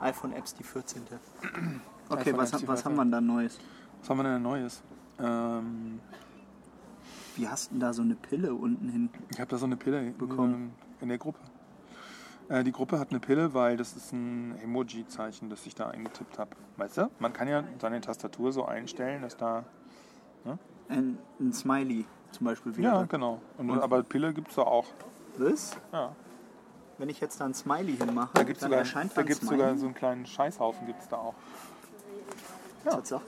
iPhone-Apps die 14. Okay, iPhone was, ist die was haben Frage. wir denn da Neues? Was haben wir denn Neues? Ähm, Wie hast du denn da so eine Pille unten hin? Ich habe da so eine Pille Bekommen. bekommen in der Gruppe. Äh, die Gruppe hat eine Pille, weil das ist ein Emoji-Zeichen, das ich da eingetippt habe. Weißt du? Man kann ja seine Tastatur so einstellen, dass da. Ein, ein Smiley zum Beispiel Ja, wäre. genau. Und, aber Pille gibt es da auch. Was? Ja. Wenn ich jetzt da ein Smiley hinmache, Da gibt es dann sogar, erscheint da ein gibt's Smiley. sogar so einen kleinen Scheißhaufen gibt's da auch. Tatsache.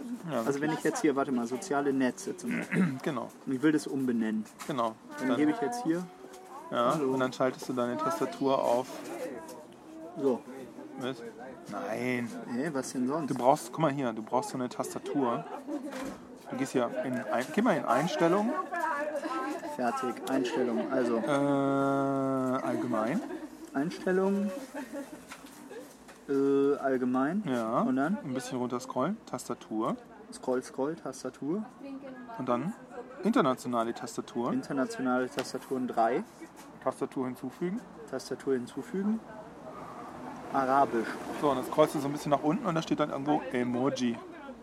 Also wenn ich jetzt hier, warte mal, soziale Netze zum Beispiel, Genau, und ich will das umbenennen, genau. dann Dann, gebe ich jetzt hier, ja, und dann schaltest du deine Tastatur auf. so, Was? Nein. hä, was denn sonst? Du brauchst, guck mal hier, du brauchst so eine Tastatur. Du gehst hier in, ein, geh mal in Einstellungen. Fertig, Einstellung, also Äh, allgemein. Einstellung, äh, allgemein, Ja. Und dann? Ein bisschen runter scrollen, Tastatur. Scroll, Scroll, Tastatur, Und dann internationale Tastatur. internationale Tastaturen 3, Tastatur hinzufügen. Tastatur hinzufügen, Arabisch, So, und jetzt scrollst du so ein bisschen nach unten und da steht dann irgendwo Emoji.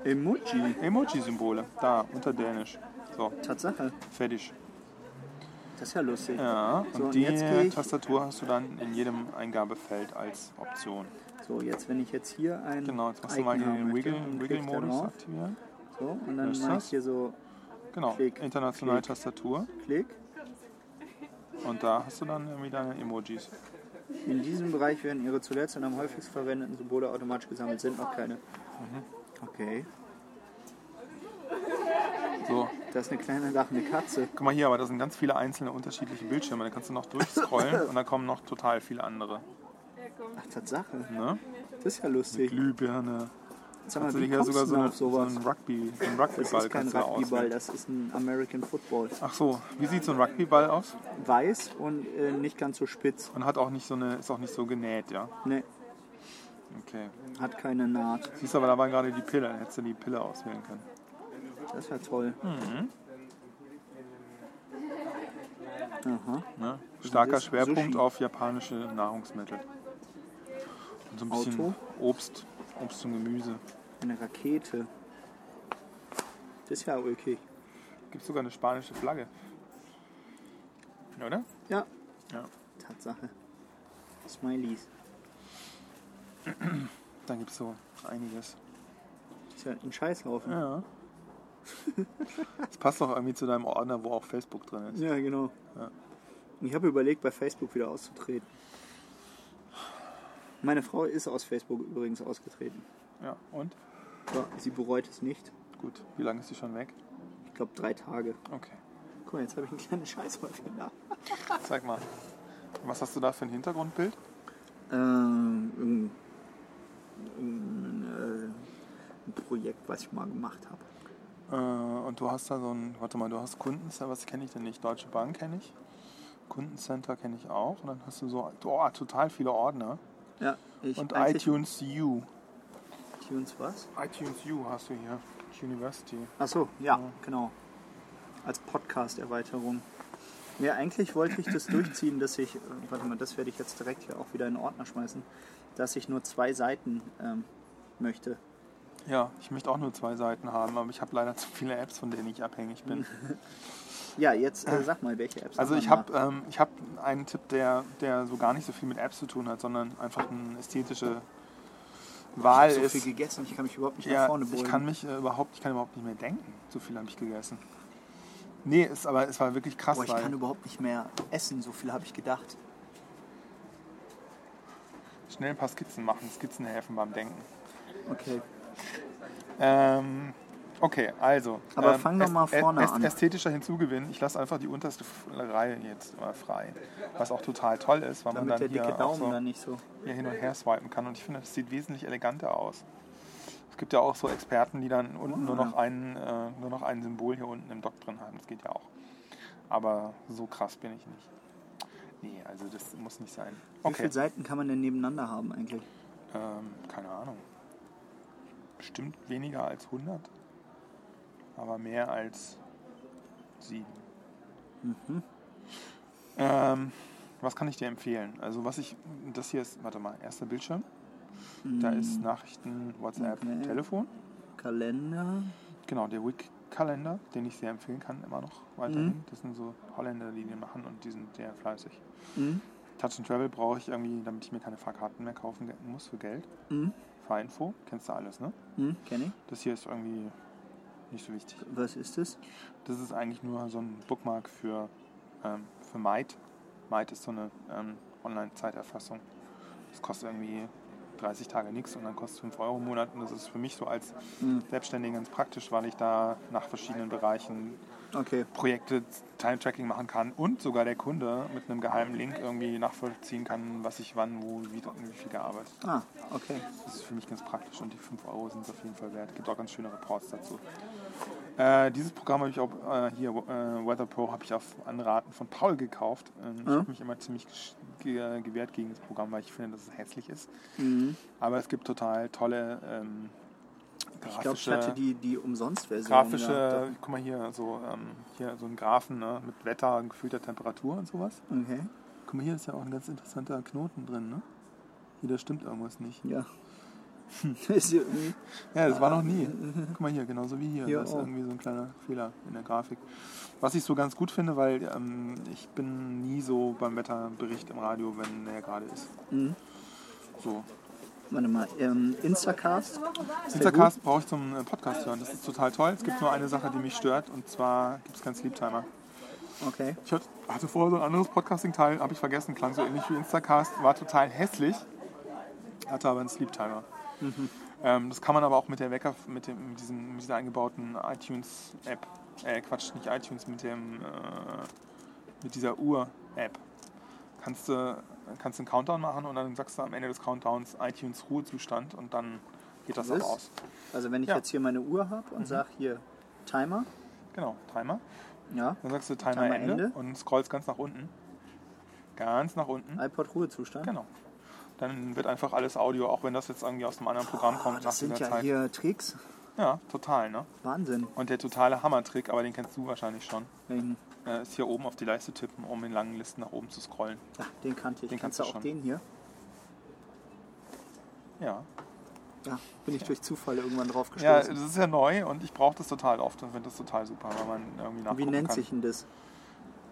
Emoji, Emoji-Symbole. Da, unter Dänisch. So, Tatsache, fertig. das ist ja lustig. Ja, und So, und die jetzt gehe ich- Tastatur hast du dann in jedem Eingabefeld als Option. So, jetzt wenn ich jetzt hier ein Genau, jetzt musst du Icon mal hier haben den möchte, Wiggle- dann klicke ich da Wiggle-Modus drauf. aktivieren. So, und dann Was ist mache ich das? hier so Genau, Klick, internationale klick. Tastatur. Klick. Und da hast du dann irgendwie deine Emojis. In diesem Bereich werden ihre zuletzt und am häufigsten verwendeten Symbole automatisch gesammelt, sind noch keine. Mhm. Okay. So, Das ist eine kleine lachende Katze. Guck mal hier, aber da sind ganz viele einzelne unterschiedliche Bildschirme. Da kannst du noch durchscrollen und da kommen noch total viele andere. Ach, Tatsache. Ne? Das ist ja lustig. Glühbirne. Sag mal, Kannst du wie dir hier kommst sogar du so, denn eine, auf so sowas? einen Rugby, so einen Das Rugbyball ist kein kannst du da Rugbyball, auswählen. das ist ein American Football. Ach so, wie sieht so ein Rugbyball aus? Weiß und äh, nicht ganz so spitz. Und hat auch nicht so eine, ist auch nicht so genäht, ja? Ne, Okay. hat keine Naht. Siehst du, aber da war gerade die Pille. Dann hättest du die Pille auswählen können. Das ist ja toll. Mhm. Aha. Ne? Starker das? Schwerpunkt Sushi. auf japanische Nahrungsmittel. Und so ein bisschen Auto? Obst, Obst und Gemüse. Eine Rakete. Das ist ja ulkig. Gibt sogar eine spanische Flagge. Oder? Ja. Ja. Tatsache. Smileys. Da gibt es so einiges. Das ist ja ein Scheißhaufen. Ja. das passt doch irgendwie zu deinem Ordner, wo auch Facebook drin ist. Ja, genau. Ich habe überlegt, bei Facebook wieder auszutreten. Meine Frau ist aus Facebook übrigens ausgetreten. Ja, und? So, sie bereut es nicht. Gut, wie lange ist sie schon weg? Ich glaube, drei Tage. Okay, Guck mal, jetzt habe ich einen kleinen Scheißhäufchen da. zeig mal. Was hast du da für ein Hintergrundbild? Ähm, ein, ein Projekt, was ich mal gemacht habe. Äh, und du hast da so ein, warte mal, du hast Kundencenter, was kenne ich denn nicht? Deutsche Bank kenne ich. Kundencenter kenne ich auch. Und dann hast du so, oh, total viele Ordner. Ja, ich Und eigentlich- iTunes U. iTunes was? iTunes U hast du hier. University. Ach so, ja, genau. Als Podcast-Erweiterung. Ja, eigentlich wollte ich das durchziehen, dass ich, äh, warte mal, das werde ich jetzt direkt hier auch wieder in den Ordner schmeißen, dass ich nur zwei Seiten ähm, möchte. Ja, ich möchte auch nur zwei Seiten haben, aber ich habe leider zu viele Apps, von denen ich abhängig bin. Ja, jetzt äh, Mhm. sag mal, welche Apps. Also haben ich wir habe ähm, ich hab einen Tipp, der, der so gar nicht so viel mit Apps zu tun hat, sondern einfach eine ästhetische Wahl da? so viel ist. gegessen, ich kann mich überhaupt nicht nach Ja, vorne beugen. ich kann mich äh, überhaupt, ich kann überhaupt nicht mehr denken. So viel habe ich gegessen. Nee, ist, aber es war wirklich krass. Boah, ich weil, kann überhaupt nicht mehr essen, so viel habe ich gedacht. schnell ein paar Skizzen machen. Skizzen helfen beim Denken. Okay. Ähm, okay, also. Aber ähm, fang doch äst- mal vorne äst- an. Ästhetischer Hinzugewinn. Ich lasse einfach die unterste F- Reihe jetzt mal frei. Was auch total toll ist, weil Damit man der dann hier dicke auch Daumen so, dann nicht so. hier hin und her swipen kann. Und ich finde, das sieht wesentlich eleganter aus. Es gibt ja auch so Experten, die dann unten nur Ah. noch einen, äh, nur noch ein Symbol hier unten im Dock drin haben. Das geht ja auch. Aber so krass bin ich nicht. Nee, also das muss nicht sein. Wie Okay. viele Seiten kann man denn nebeneinander haben eigentlich? Ähm, keine Ahnung. Bestimmt weniger als 100. Aber mehr als 7. Ähm, was kann ich dir empfehlen? Also was ich, das hier ist, warte mal, erster Bildschirm. Da Hm, ist Nachrichten, WhatsApp, Mhm. Okay. Telefon. Kalender. Genau, der Wick-Kalender, den ich sehr empfehlen kann, immer noch weiterhin. Das sind so Holländer, die den machen und die sind sehr fleißig. Mhm. Touch and Travel brauche ich irgendwie, damit ich mir keine Fahrkarten mehr kaufen ge- muss für Geld. Mhm. Fahrinfo, kennst du alles, ne? Mhm. Kenn ich. Das hier ist irgendwie nicht so wichtig. Was ist das? Das ist eigentlich nur so ein Bookmark für, ähm, für Maid. Maid ist so eine ähm, Online-Zeiterfassung. Das kostet irgendwie 30 Tage nichts und dann kostet 5 Euro im Monat. Und das ist für mich so als Mhm. Selbstständigen ganz praktisch, weil ich da nach verschiedenen Bereichen Okay. Projekte Time-Tracking machen kann und sogar der Kunde mit einem geheimen Link irgendwie nachvollziehen kann, was ich wann, wo, wie, wie viel gearbeitet habe. Ah, okay. Das ist für mich ganz praktisch und die 5 Euro sind es auf jeden Fall wert. Gibt auch ganz schöne Reports dazu. Äh, dieses Programm habe ich auch äh, hier, äh, Weather Pro, habe ich auf Anraten von Paul gekauft. Ähm, Ich Ja. habe mich immer ziemlich gesch- ge gewehrt gegen das Programm, weil ich finde, dass es hässlich ist. Mhm. Aber es gibt total tolle ähm, Ich glaube, ich hatte die, die Umsonst-Version. grafische, gehabt. guck mal hier, so, ähm, hier so ein Graphen ne, mit Wetter, gefühlter Temperatur und sowas. Okay. Guck mal, hier ist ja auch ein ganz interessanter Knoten drin, ne? Hier, da stimmt irgendwas nicht. Ja. ist irgendwie. Ja, das war noch nie. Guck mal hier, genauso wie hier. Hier, da ist oh. irgendwie so ein kleiner Fehler in der Grafik. Was ich so ganz gut finde, weil ähm, ich bin nie so beim Wetterbericht im Radio, wenn der gerade ist. Mhm. So. Warte mal. Ähm, Instacast. Instacast brauche ich zum äh, Podcast hören. Das ist total toll. Es gibt nur eine Sache, die mich stört, und zwar gibt es keinen Sleeptimer. Okay. Ich hat- hatte vorher so ein anderes Podcasting-Teil, habe ich vergessen, klang so ähnlich wie Instacast, war total hässlich, hatte aber einen Sleep-Timer. Mhm. Ähm, das kann man aber auch mit der Wecker, mit, dem, mit, diesem, mit dieser eingebauten iTunes-App, äh, Quatsch, nicht iTunes, mit dem, äh, mit dieser Uhr-App. Kannst du kannst einen Countdown machen und dann sagst du am Ende des Countdowns iTunes Ruhezustand und dann geht das Was? auch aus. Also, wenn ich Ja. Mhm. jetzt hier meine Uhr habe und sage hier Timer. Genau, Timer. Ja. Dann sagst du Timer, Timer Ende, Ende. und scrollst ganz nach unten. Ganz nach unten. iPod-Ruhezustand. Genau. Dann wird einfach alles Audio, auch wenn das jetzt irgendwie aus einem anderen Programm kommt Oh, nach das sind dieser ja Zeit. hier Tricks. Ja, total, ne? Wahnsinn. Und der totale Hammertrick, aber den kennst du wahrscheinlich schon, Welchen? äh, ist hier oben auf die Leiste tippen, um in langen Listen nach oben zu scrollen. Ja, den kannte ich. Den Kannst kannst du du auch schon. den hier? Ja. Ja, bin ich durch Zufall irgendwann drauf Ja, das gestoßen. ist ja neu und ich brauche das total oft und finde das total super, weil man irgendwie nachgucken Wie nennt kann. sich denn das?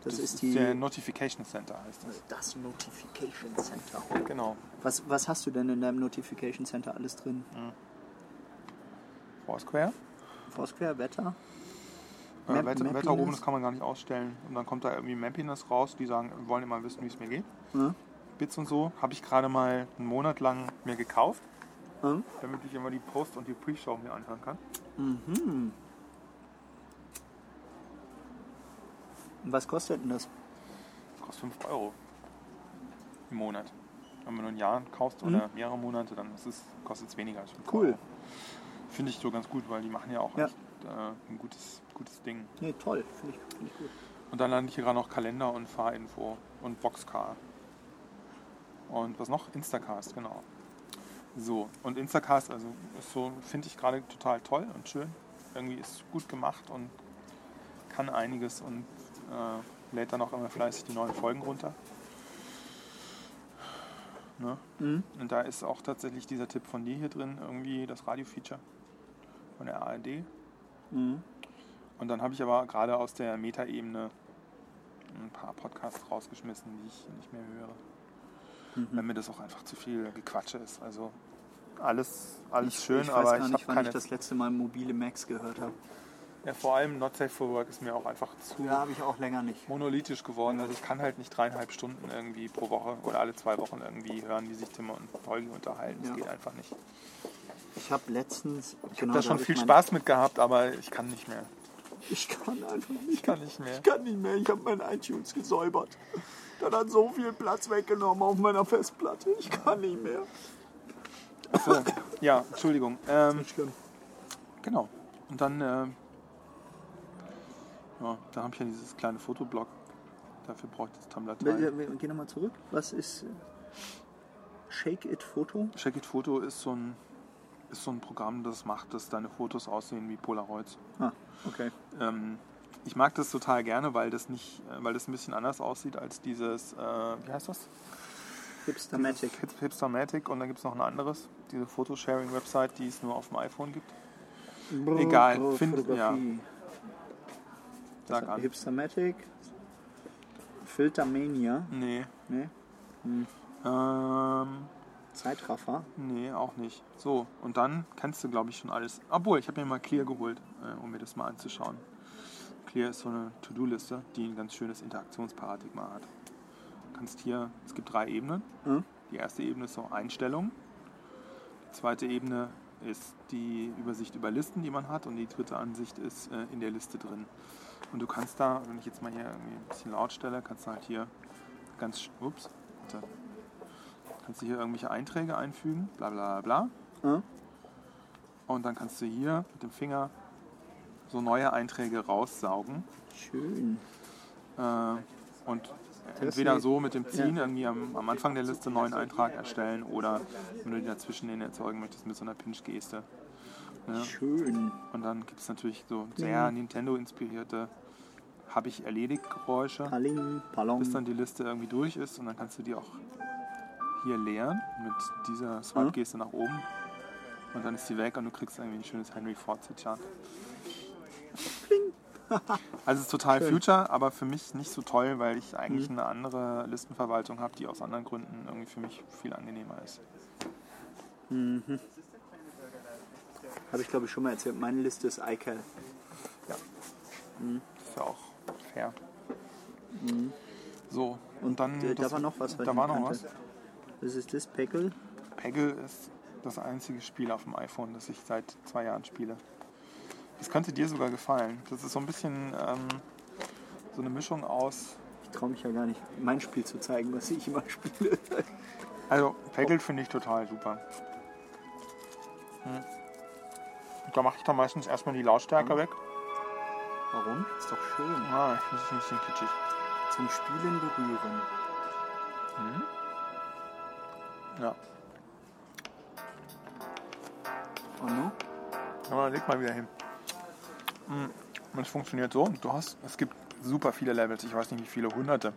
Das, das ist die der Notification Center heißt das. das Notification Center. Genau. Was, was hast du denn in deinem Notification Center alles drin? Foursquare. Foursquare, Wetter? Äh, Map- Wetter, Wetter Mappiness? oben, das kann man gar nicht ausstellen. Und dann kommt da irgendwie Mappiness raus, die sagen, wollen immer wissen, wie es mir geht. Hm? Bits und so habe ich gerade mal einen Monat lang mir gekauft. Hm? damit ich immer die Post- und die Pre-Show mir anhören kann. Mhm. Und Was kostet denn das? Das kostet 5 Euro im Monat. Und wenn du ein Jahr kaufst oder mehrere Monate, dann ist es, kostet es weniger als 5 Mhm. Cool. Euro. Finde ich so ganz gut, weil die machen ja auch Ja. echt äh, ein gutes, gutes Ding. Nee, toll. Finde ich, find ich gut. Und dann lande ich hier gerade noch Kalender und Fahrinfo und Boxcar. Und was noch? Instacast, genau. So, und Instacast, also ist so, finde ich gerade total toll und schön. Irgendwie ist gut gemacht und kann einiges und äh, lädt dann auch immer fleißig die neuen Folgen runter. Ne? Mhm. Und da ist auch tatsächlich dieser Tipp von dir hier drin, irgendwie das Radio-Feature von der ARD. Mhm. Und dann habe ich aber gerade aus der Metaebene ein paar Podcasts rausgeschmissen, die ich nicht mehr höre. Mhm. Weil mir das auch einfach zu viel Gequatsche ist. Also alles, alles Ich- schön, ich weiß aber gar ich habe nicht, wann keine. ich das letzte Mal mobile Max gehört habe. ja, vor allem Not Safe for Work ist mir auch einfach zu Ja, habe ich auch länger nicht. monolithisch geworden. Also ich kann halt nicht dreieinhalb Stunden irgendwie pro Woche oder alle zwei Wochen irgendwie hören, wie sich Tim und Holgi unterhalten. Das Ja. geht einfach nicht. Ich habe letztens. genau Ich habe da schon viel Spaß mit gehabt, aber ich kann nicht mehr. Ich kann einfach Ich nicht. kann nicht mehr. Ich kann nicht mehr. Ich habe mein iTunes gesäubert. Dann hat so viel Platz weggenommen auf meiner Festplatte. Ich kann nicht mehr. So, ja, Entschuldigung. Ähm, Schlimm. Genau. Und dann, ähm, ja, da habe ich ja dieses kleine Fotoblock. Dafür brauche ich das Tumblr-Teil. Wir, wir gehen nochmal zurück. Was ist äh, Shake It Foto? Check It Photo ist so ein ist so ein Programm, das macht, dass deine Fotos aussehen wie Polaroids. Ah, okay. Ähm, ich mag das total gerne, weil das nicht, äh, weil das ein bisschen anders aussieht als dieses, äh, wie heißt das? Hipstermatic. Hip- Hipstermatic und dann gibt es noch ein anderes, diese Photosharing-Website, die es nur auf dem iPhone gibt. Egal, Brrr, find- Fotografie. Sag Das- an. Hipstermatic. Filtermania. Nee. Ne? Ähm, Zeitraffer. nee, auch nicht. So, und dann kennst du, glaube ich, schon alles. Obwohl, ich habe mir mal Clear geholt, äh, um mir das mal anzuschauen. Clear ist so eine To-Do-Liste, die ein ganz schönes Interaktionsparadigma hat. Du kannst hier, es gibt drei Ebenen. Mhm. Die erste Ebene ist so Einstellung. Die zweite Ebene ist die Übersicht über Listen, die man hat. Und die dritte Ansicht ist äh, in der Liste drin. Und du kannst da, wenn ich jetzt mal hier irgendwie ein bisschen laut stelle, kannst du halt hier ganz, sch- ups, warte. kannst du hier irgendwelche Einträge einfügen, bla bla bla. Mhm. Und dann kannst du hier mit dem Finger so neue Einträge raussaugen. Schön. Äh, und entweder so mit dem Ziehen Ja. irgendwie am, am Anfang der Liste einen neuen Eintrag erstellen oder wenn du die dazwischen den erzeugen möchtest mit so einer Pinch-Geste. Ja. Schön. Und dann gibt es natürlich so sehr Nintendo-inspirierte habe ich erledigt Geräusche, Paling, Palong. bis dann die Liste irgendwie durch ist und dann kannst du die auch hier leeren mit dieser Mhm. Swipe-Geste nach oben und dann ist die weg und du kriegst irgendwie ein schönes Henry Ford-Zitat. Also es ist total Schön. Mhm. Future, aber für mich nicht so toll, weil ich eigentlich eine andere Listenverwaltung habe, die aus anderen Gründen irgendwie für mich viel angenehmer ist. Habe ich glaube ich schon mal erzählt. Meine Liste ist iCal. Ist ja auch fair. So, und Mhm. Und, dann... äh, da das- war noch was, was Da ich war nicht noch was. kannte. Das ist das Peckel. Peggle ist das einzige Spiel auf dem iPhone, das ich seit zwei Jahren spiele. Das könnte dir sogar gefallen. Das ist so ein bisschen ähm, so eine Mischung aus. Ich traue mich ja gar nicht, mein Spiel zu zeigen, was ich immer spiele. Also, Peggle finde ich total super. Hm. Da mache ich dann meistens erstmal die Lautstärke weg. Warum? Ist doch schön. Mhm. Ah, ich finde es ein bisschen kitschig. Zum Spielen berühren. Ja. Oh Ah, ne? no? Aber leg mal wieder hin. Hm, Und es funktioniert so. Du hast, es gibt super viele Levels, ich weiß nicht wie viele, hunderte.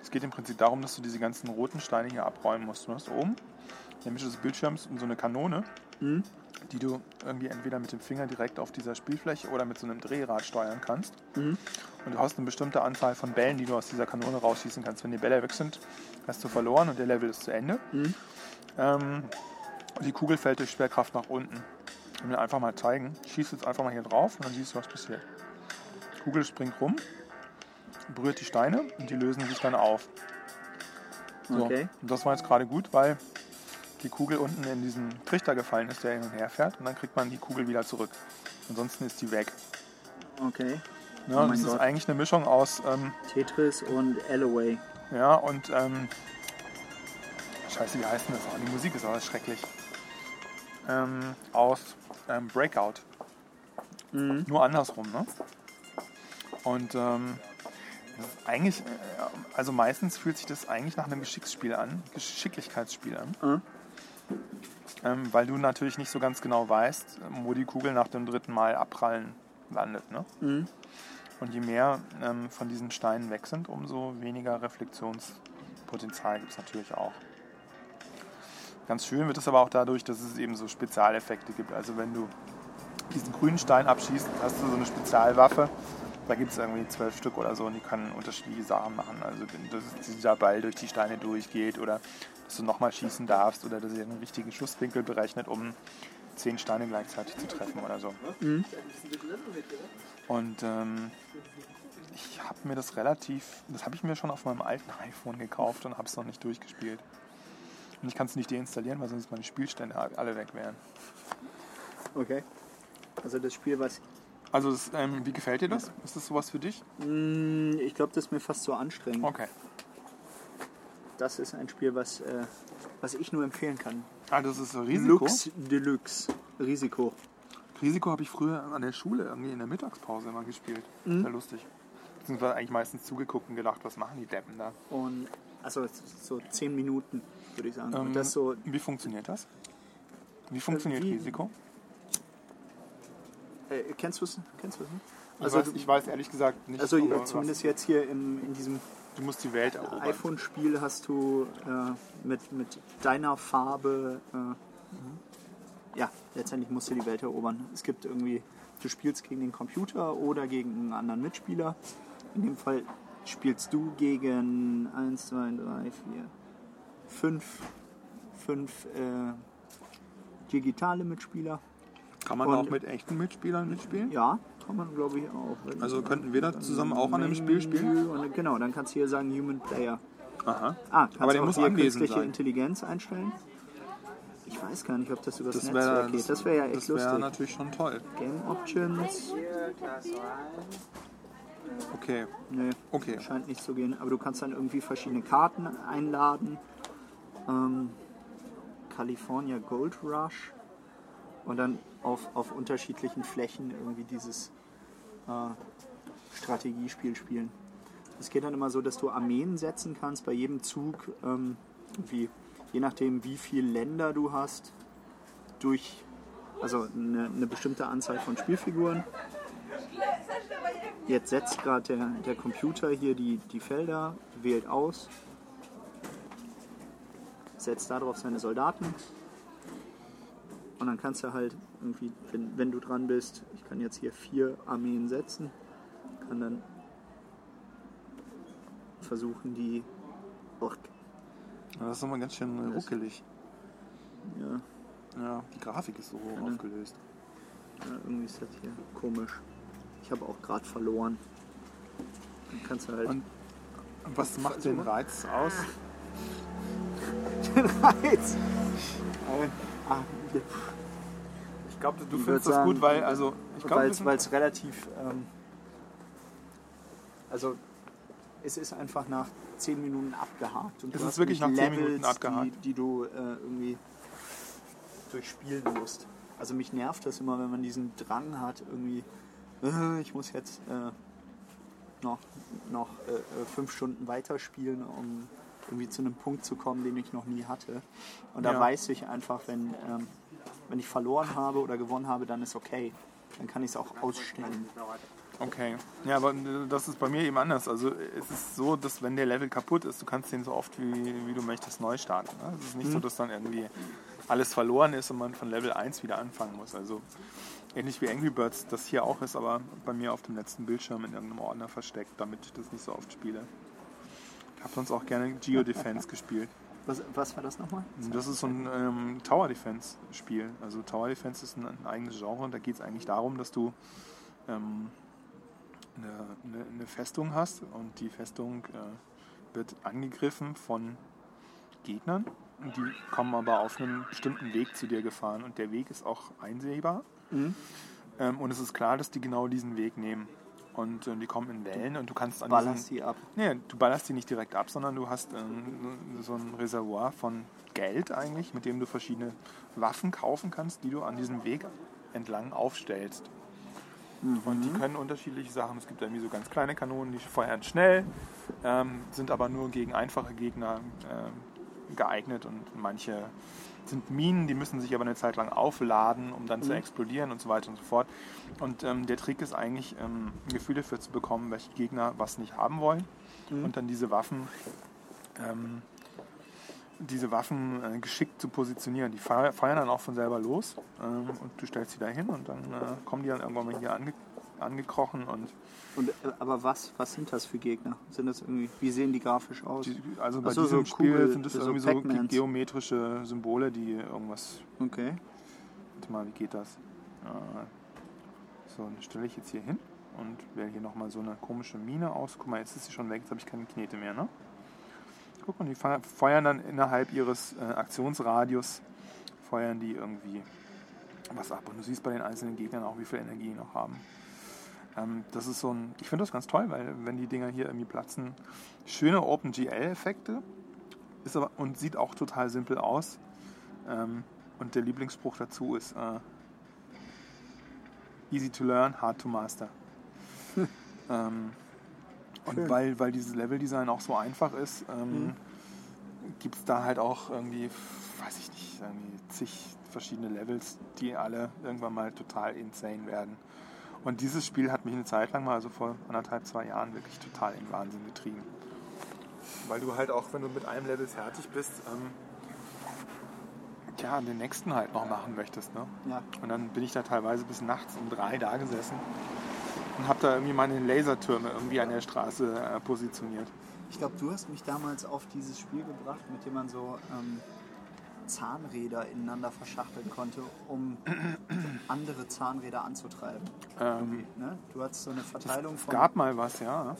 Es geht im Prinzip darum, dass du diese ganzen roten Steine hier abräumen musst. Du hast oben in der Mitte des Bildschirms so eine Kanone, die du irgendwie entweder mit dem Finger direkt auf dieser Spielfläche oder mit so einem Drehrad steuern kannst. Und du hast eine bestimmte Anzahl von Bällen, die du aus dieser Kanone rausschießen kannst. Wenn die Bälle weg sind, hast du verloren und der Level ist zu Ende. Mhm. Ähm, die Kugel fällt durch Schwerkraft nach unten. Ich will einfach mal zeigen. Ich schieße jetzt einfach mal hier drauf und dann siehst du, was passiert. Kugel springt rum, berührt die Steine und die lösen sich dann auf. So. Okay. Und das war jetzt gerade gut, weil die Kugel unten in diesen Trichter gefallen ist, der hin und her fährt und dann kriegt man die Kugel wieder zurück. Ansonsten ist die weg. Okay. Ja, Oh mein das ist Gott. eigentlich eine Mischung aus ähm, Tetris und Alloway. Ja, und ähm, Scheiße, wie heißt denn das? Oh, die Musik ist aber schrecklich. Ähm, aus ähm, Breakout. Nur andersrum, ne? Und ähm, das ist eigentlich, äh, also meistens fühlt sich das eigentlich nach einem Geschicksspiel an, Geschicklichkeitsspiel an. Mhm. Ähm, weil du natürlich nicht so ganz genau weißt, wo die Kugel nach dem dritten Mal abprallen landet, ne? Und je mehr ähm, von diesen Steinen weg sind, umso weniger Reflexionspotenzial gibt es natürlich auch. Ganz schön wird es aber auch dadurch, dass es eben so Spezialeffekte gibt. Also wenn du diesen grünen Stein abschießt, hast du so eine Spezialwaffe. Da gibt es irgendwie zwölf Stück oder so und die können unterschiedliche Sachen machen. Also wenn- dass dieser Ball durch die Steine durchgeht oder dass du nochmal schießen darfst oder dass ihr einen richtigen Schusswinkel berechnet, um zehn Steine gleichzeitig zu treffen oder so. Und ähm, ich habe mir das relativ, das habe ich mir schon auf meinem alten iPhone gekauft und habe es noch nicht durchgespielt. Und ich kann es nicht deinstallieren, weil sonst meine Spielstände alle weg wären. Okay. Also das Spiel, was Also, das, ähm, wie gefällt dir das? Ist das sowas für dich? Mm, Ich glaube, das ist mir fast so anstrengend. Okay. Das ist ein Spiel, was, äh, was ich nur empfehlen kann. Ah, das ist so Risiko. Lux Deluxe. Risiko. Risiko habe ich früher an der Schule irgendwie in der Mittagspause immer gespielt. Sehr lustig. Beziehungsweise eigentlich meistens zugeguckt und gedacht, was machen die Deppen da? Und also es ist so 10 Minuten, würde ich sagen. Ähm, Und das so, wie funktioniert das? Wie funktioniert wie- Risiko? äh, kennst ne? Also du es? Kennst du es? Also Ich, weiß, ich weiß ehrlich gesagt nicht. Also aber was- zumindest jetzt hier im, in diesem Du musst die Welt erobern. iPhone-Spiel hast du äh, mit, mit deiner Farbe. Äh, ja, letztendlich musst du die Welt erobern. Es gibt irgendwie, du spielst gegen den Computer oder gegen einen anderen Mitspieler. In dem Fall spielst du gegen 1, 2, 3, 4, 5, 5 äh, digitale Mitspieler. Kann man Und- auch mit echten Mitspielern mitspielen? Ja, kann man glaube ich auch. Also könnten wir da zusammen auch an einem Spiel spielen? Und, genau, dann kannst du hier sagen Human Player. Aha. Ah, kannst Aber der du auch muss hier anwesend künstliche sein. Intelligenz einstellen? Ich weiß gar nicht, ob das über das, Das Netzwerk wäre geht. Das wäre ja echt das lustig. wäre natürlich schon toll. Game Options? Okay, Nee, okay. scheint nicht zu gehen. Aber du kannst dann irgendwie verschiedene Karten einladen. Ähm, California Gold Rush. Und dann auf, auf unterschiedlichen Flächen irgendwie dieses äh, Strategiespiel spielen. Es geht dann immer so, dass du Armeen setzen kannst bei jedem Zug, ähm, wie, je nachdem wie viele Länder du hast, durch also eine, eine bestimmte Anzahl von Spielfiguren. Jetzt setzt gerade der, der Computer hier die, die Felder, wählt aus, setzt darauf seine Soldaten. Und dann kannst du halt irgendwie, wenn, wenn du dran bist, ich kann jetzt hier vier Armeen setzen, kann dann versuchen, die. Och, Das ist nochmal ganz schön ruckelig. ja, Ja, Mhm. die Grafik ist so hoch aufgelöst. ja, irgendwie ist das hier komisch. Ich habe auch gerade verloren. Dann kannst du halt. Und Was macht den Reiz aus? Reiz! Ah, Ich glaube, du Ich findest würd das gut, sagen, weil, also, ich glaube, weil es relativ. Ähm, also, es ist einfach nach 10 Minuten abgehakt. Und Es du ist hast wirklich nicht nach 10 Minuten Levels, abgehakt. Die, die du äh, irgendwie durchspielen musst. Also, mich nervt das immer, wenn man diesen Drang hat, irgendwie, äh, ich muss jetzt äh, noch, noch äh, äh, fünf Stunden weiterspielen, um irgendwie zu einem Punkt zu kommen, den ich noch nie hatte. Und da Ja. weiß ich einfach, wenn, ähm, wenn ich verloren habe oder gewonnen habe, dann ist okay. Dann kann ich es auch ausstellen. Okay. Ja, aber äh, das ist bei mir eben anders. Also äh, es ist so, dass wenn der Level kaputt ist, du kannst den so oft wie, wie du möchtest neu starten. Ne? Es ist nicht so, dass dann irgendwie alles verloren ist und man von Level 1 wieder anfangen muss. Also ähnlich wie Angry Birds das hier auch ist, aber bei mir auf dem letzten Bildschirm in irgendeinem Ordner versteckt, damit ich das nicht so oft spiele. Ich habe sonst auch gerne Geo-Defense gespielt. Was, was war das nochmal? Das ist so ein ähm, Tower Defense Spiel. Also Tower Defense ist ein, ein eigenes Genre und da geht es eigentlich darum, dass du ähm, eine, eine, eine Festung hast und die Festung äh, wird angegriffen von Gegnern. Und die kommen aber auf einem bestimmten Weg zu dir gefahren und der Weg ist auch einsehbar. Ähm, und es ist klar, dass die genau diesen Weg nehmen. Und ähm, die kommen in Wellen und du kannst an Ballerst diesen- die ab. Nee, du ballerst die nicht direkt ab, sondern du hast ähm, so ein Reservoir von Geld eigentlich, mit dem du verschiedene Waffen kaufen kannst, die du an diesem Weg entlang aufstellst. Mhm. Und die können unterschiedliche Sachen. Es gibt irgendwie so ganz kleine Kanonen, die feuern schnell, ähm, sind aber nur gegen einfache Gegner ähm, geeignet und manche sind Minen, die müssen sich aber eine Zeit lang aufladen, um dann zu explodieren und so weiter und so fort. Und ähm, der Trick ist eigentlich, ähm, ein Gefühl dafür zu bekommen, welche Gegner was nicht haben wollen und dann diese Waffen ähm, diese Waffen äh, geschickt zu positionieren. Die fe- feuern dann auch von selber los ähm, und du stellst sie da hin und dann äh, kommen die dann irgendwann mal hier ange angekrochen und Und, äh, aber was, was sind das für Gegner? Sind das irgendwie, wie sehen die grafisch aus? die, also bei Ach so, diesem so Spiel Kugel- sind das so irgendwie so ge- Pac-Mans. geometrische Symbole, die irgendwas. Okay. Warte mal, wie geht das? Äh, so, dann stelle ich jetzt hier hin und wähle hier nochmal so eine komische Mine aus. Guck mal, jetzt ist sie schon weg, jetzt habe ich keine Knete mehr, ne? Guck mal, die fe- feuern dann innerhalb ihres äh, Aktionsradius, feuern die irgendwie was ab. Und du siehst bei den einzelnen Gegnern auch, wie viel Energie die noch haben. Ähm, das ist so ein, ich finde das ganz toll, weil wenn die Dinger hier irgendwie platzen, schöne OpenGL-Effekte ist aber und sieht auch total simpel aus. Ähm, und der Lieblingsspruch dazu ist äh, Easy to learn, hard to master. ähm, und Schön. weil, weil dieses Level-Design auch so einfach ist, ähm, gibt es da halt auch irgendwie, weiß ich nicht, irgendwie zig verschiedene Levels, die alle irgendwann mal total insane werden. Und dieses Spiel hat mich eine Zeit lang mal, also vor anderthalb, zwei Jahren, wirklich total in Wahnsinn getrieben. Weil du halt auch, wenn du mit einem Level fertig bist, ähm, ja, den nächsten halt noch machen möchtest. Ne? Ja. Und dann bin ich da teilweise bis nachts um drei da gesessen und habe da irgendwie meine Lasertürme irgendwie an der Straße äh, positioniert. Ich glaube, du hast mich damals auf dieses Spiel gebracht, mit dem man so ähm, Zahnräder ineinander verschachteln konnte, um andere Zahnräder anzutreiben. Ähm, Ne? Du hattest so eine Verteilung es von, gab mal was, ja.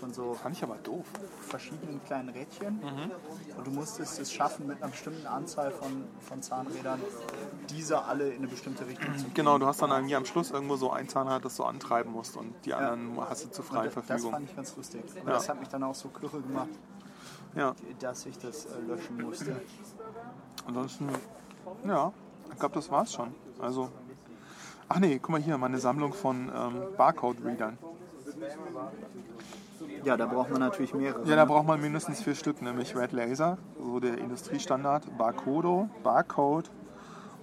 von so Fand ich aber doof. verschiedenen kleinen Rädchen Mhm. und du musstest es schaffen, mit einer bestimmten Anzahl von, von Zahnrädern diese alle in eine bestimmte Richtung zu Genau, du hast dann irgendwie am Schluss irgendwo so ein Zahnrad, das du antreiben musst und die anderen hast du zur Und freien das- Das Verfügung. fand ich ganz lustig. Und das hat mich dann auch so kirre gemacht, ja. dass ich das äh, löschen musste. Ansonsten, ja, ich glaube, das war's schon. Also, ach nee, guck mal hier, meine Sammlung von ähm, Barcode-Readern. Ja, da braucht man natürlich mehrere. Ja, da braucht man mindestens vier Stück, nämlich Red Laser, so der Industriestandard, Barcodo, Barcode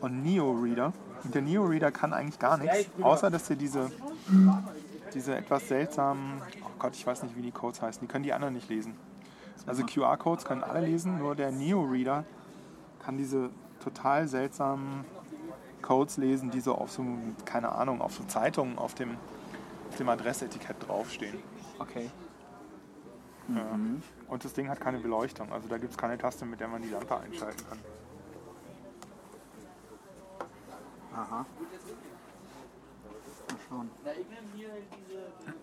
und Neo-Reader. Und der Neo-Reader kann eigentlich gar nichts, außer dass er diese, diese etwas seltsamen, oh Gott, ich weiß nicht, wie die Codes heißen, die können die anderen nicht lesen. Also QR-Codes können alle lesen, nur der Neo-Reader kann diese total seltsamen Codes lesen, die so auf so, keine Ahnung, auf so Zeitungen auf dem, auf dem Adressetikett draufstehen. Okay. Und das Ding hat keine Beleuchtung, also da gibt es keine Taste, mit der man die Lampe einschalten kann. Aha. Mal schauen.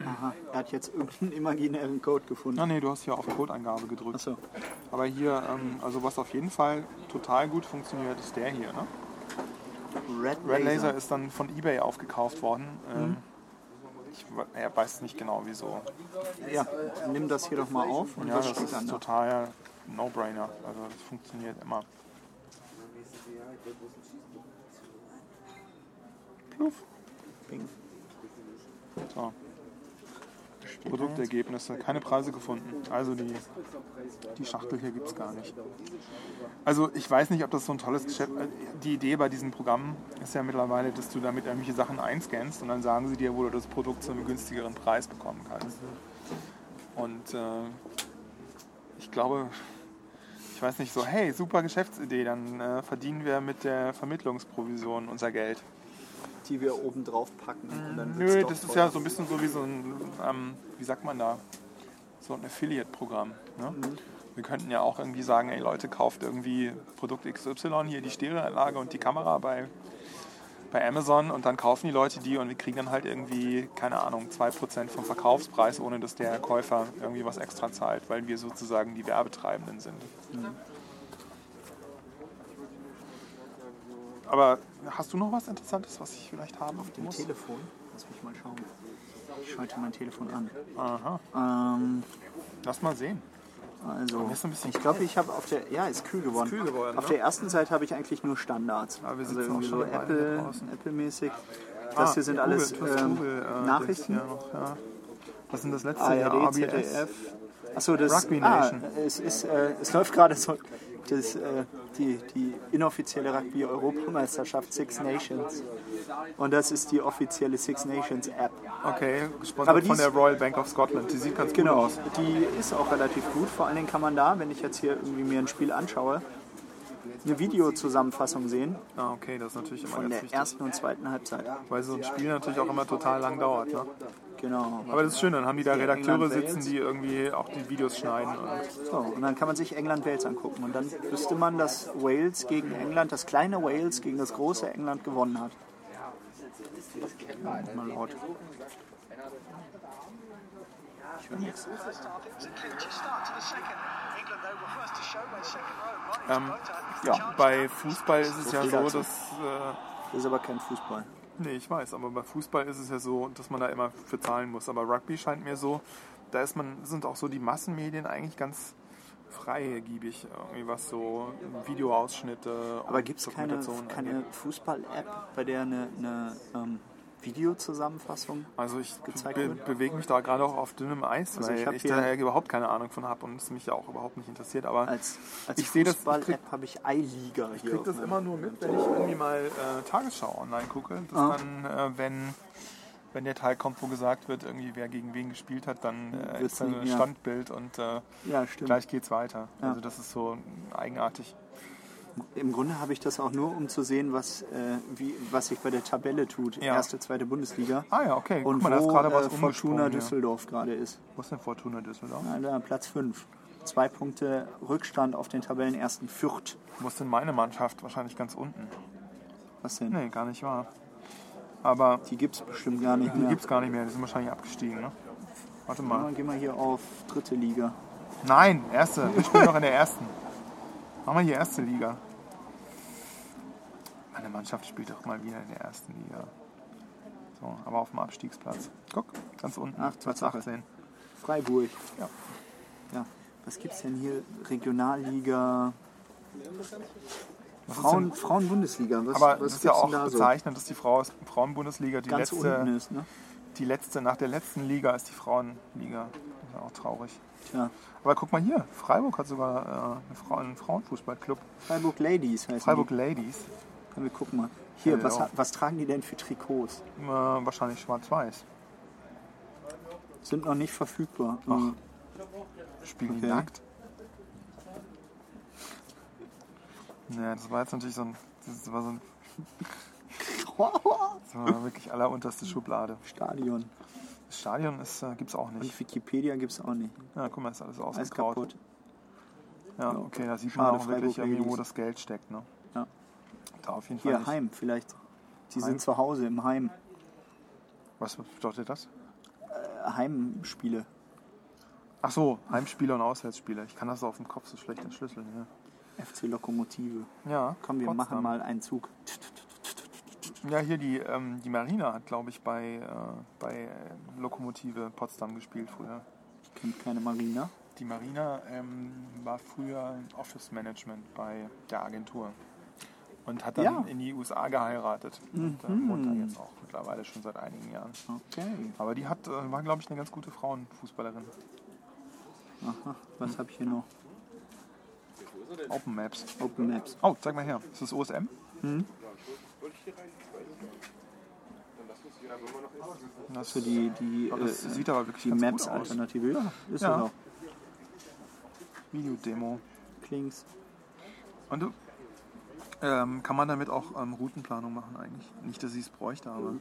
Aha, er hat jetzt irgendeinen imaginären Code gefunden. Na nee, du hast hier auf Codeingabe gedrückt. Achso. Aber hier, ähm, also was auf jeden Fall total gut funktioniert, ist der hier. Ne? Red, Red Laser ist dann von eBay aufgekauft worden. Ähm, Ich we- er weiß nicht genau wieso. Ja, nimm das hier doch mal auf und Ja, das das ne? steht ist dann da. total No-Brainer. Also das funktioniert immer. Pluff. Bing. So. Produktergebnisse, keine Preise gefunden. Also die, die Schachtel hier gibt es gar nicht. Also ich weiß nicht, ob das so ein tolles Geschäft äh, Die Idee bei diesem Programm ist ja mittlerweile, dass du damit irgendwelche Sachen einscannst und dann sagen sie dir, wo du das Produkt zu einem günstigeren Preis bekommen kannst. Und äh, ich glaube, ich weiß nicht, so, hey, super Geschäftsidee, dann äh, verdienen wir mit der Vermittlungsprovision unser Geld. Die wir oben drauf packen. Und dann wird's Nö, doch das ist teuer. ja so ein bisschen so wie so ein, ähm, wie sagt man da, so ein Affiliate-Programm. Ne? Wir könnten ja auch irgendwie sagen, ey Leute, kauft irgendwie Produkt XY, hier die Stereoanlage und die Kamera bei, bei Amazon und dann kaufen die Leute die und wir kriegen dann halt irgendwie, keine Ahnung, 2% vom Verkaufspreis, ohne dass der Käufer irgendwie was extra zahlt, weil wir sozusagen die Werbetreibenden sind. Aber hast du noch was Interessantes, was ich vielleicht haben Auf dem muss? Telefon. Lass mich mal schauen. Ich schalte mein Telefon an. Aha. Ähm, Lass mal sehen. also, ist ein bisschen ich glaube, ich habe auf der. Ja, ist kühl geworden. kühl geworden, auf ne? der ersten Seite habe ich eigentlich nur Standards. Aber wir also sitzen auch irgendwie schon so eine Weile Apple- hier draußen. Apple-mäßig. das hier sind Ah, Google, alles du hast ähm, Google, äh, Nachrichten. das, ja, noch, ja. Was sind das letzte? Der ARD, ABS? ZDF. Achso, das Rugby ah, Nation. es, ist, äh, es läuft gerade so das, äh, die, die inoffizielle Rugby-Europameisterschaft Six Nations. Und das ist die offizielle Six Nations App. Okay, Aber gesponsert die von der ist- Royal Bank of Scotland. Die sieht ganz gut Genau, aus. die ist auch relativ gut. Vor allen Dingen kann man da, wenn ich jetzt hier irgendwie mir ein Spiel anschaue, eine Videozusammenfassung sehen Ah, okay, das ist natürlich immer von ganz der wichtig. ersten und zweiten Halbzeit. Weil so ein Spiel natürlich auch immer total lang dauert. Ne? Genau. Aber das ist schön, dann haben die da England, Redakteure Wales. sitzen, die irgendwie auch die Videos schneiden. Und So, und dann kann man sich England-Wales angucken. Und dann wüsste man, dass Wales gegen England, das kleine Wales gegen das große England gewonnen hat. Mal laut. Ich höre nichts. ähm, Ja. bei Fußball ist es So ja viel so, dazu. dass. Äh, Das ist aber kein Fußball. Nee, ich weiß, aber bei Fußball ist es ja so, dass man da immer für zahlen muss. Aber Rugby scheint mir so, da ist man, sind auch so die Massenmedien eigentlich ganz freigebig. Irgendwie was so Videoausschnitte. Aber und gibt es keine, Dokumentationen keine angeht. Fußball-App, bei der eine, eine ähm, Videozusammenfassung? Also ich gezeigt be wird? bewege mich da gerade auch auf dünnem Eis, Also weil ich hab ich, hier- da überhaupt keine Ahnung von habe und es mich ja auch überhaupt nicht interessiert. Aber Als, als Ich seh das- ich Fußball-App krieg- habe ich iLiga Ich hier. krieg auf das meinem- immer nur mit, wenn ich irgendwie mal äh, Tagesschau online gucke, dass Ah. dann, äh, wenn wenn der Teil kommt, wo gesagt wird, irgendwie wer gegen wen gespielt hat, dann äh, Wird's ist dann nicht ein mehr. Standbild und äh, Ja, stimmt. gleich geht's weiter. Ja. Also das ist so eigenartig. Im Grunde habe ich das auch nur, um zu sehen, was, äh, wie, was sich bei der Tabelle tut. Ja. Erste, zweite Bundesliga. Ah ja, okay. Und Guck mal, da ist wo gerade was äh, Fortuna umgesprungen, ja. Düsseldorf gerade ist. Wo ist denn Fortuna Düsseldorf? Na, da Platz 5. Zwei Punkte Rückstand auf den Tabellenersten Fürth. Wo ist denn meine Mannschaft? Wahrscheinlich ganz unten. Was denn? Nee, gar nicht wahr. Aber Die gibt es bestimmt gar nicht die mehr. gibt's gar nicht mehr. Die sind wahrscheinlich abgestiegen, ne? Warte Geh mal- mal. Geh mal hier auf dritte Liga. Nein, erste. Wir spielen noch in der ersten. Machen wir hier erste Liga. Meine Mannschaft spielt doch mal wieder in der ersten Liga. So, aber auf dem Abstiegsplatz. Guck, ganz unten. Ach, Platz Tatsache. 18. Freiburg. Ja. ja. Was gibt's denn hier? Regionalliga. Was ist Frauen, denn- Frauen-Bundesliga. Was, aber was das ist ja gibt's auch denn da so? bezeichnend, dass die Frau Frauenbundesliga die Ganz unten letzte, ist, ne? die letzte, nach der letzten Liga ist die Frauenliga. Das ist ja auch traurig. Tja. Aber guck mal hier, Freiburg hat sogar äh, eine Frau, einen Frauenfußballclub. Freiburg Ladies heißt Freiburg Ladies, Komm, wir gucken mal. Hier, Ja, was, ja. hat- was tragen die denn für Trikots? äh, wahrscheinlich schwarz-weiß. Sind noch nicht verfügbar. Ach. Spielen die Okay. nackt? Naja, das war jetzt natürlich so ein, das war so ein, das war wirklich allerunterste Schublade. Hm. Stadion. Das Stadion ist, äh, gibt's auch nicht. Und Wikipedia gibt es auch nicht. Ja, guck mal, ist alles Alles ausgegraut. kaputt. Ja, okay, da sieht Schade, man auch wirklich Freiburg irgendwie, wo Ladies. das Geld steckt, ne? Ja. Da auf jeden Fall. Hier, nicht. Heim vielleicht. Die Heim? sind zu Hause im Heim. Was bedeutet das? Äh, Heimspiele. Ach so, Heimspieler und Auswärtsspieler. Ich kann das so auf dem Kopf so schlecht entschlüsseln. FC Lokomotive. Ja, ja Komm, wir machen Potsdam. mal einen Zug. Ja, hier die, ähm, die Marina hat, glaube ich, bei, äh, bei äh, Lokomotive Potsdam gespielt früher. Ich kenne keine Marina. Die Marina ähm, war früher im Office Management bei der Agentur und hat dann Ja. in die USA geheiratet. Und äh, wohnt da jetzt auch mittlerweile schon seit einigen Jahren. Okay. Aber die hat, äh, war, glaube ich, eine ganz gute Frauenfußballerin. Aha, was habe ich hier noch? Open Maps. Open Maps. Oh, zeig mal her. Ist das OSM? Das, So die, die, aber das äh, sieht aber wirklich die ganz Maps gut aus. Alternative. Ja, ist Ja. es auch. Videodemo. Klings. Und du? Ähm, kann man damit auch ähm, Routenplanung machen eigentlich? Nicht, dass ich es bräuchte, aber.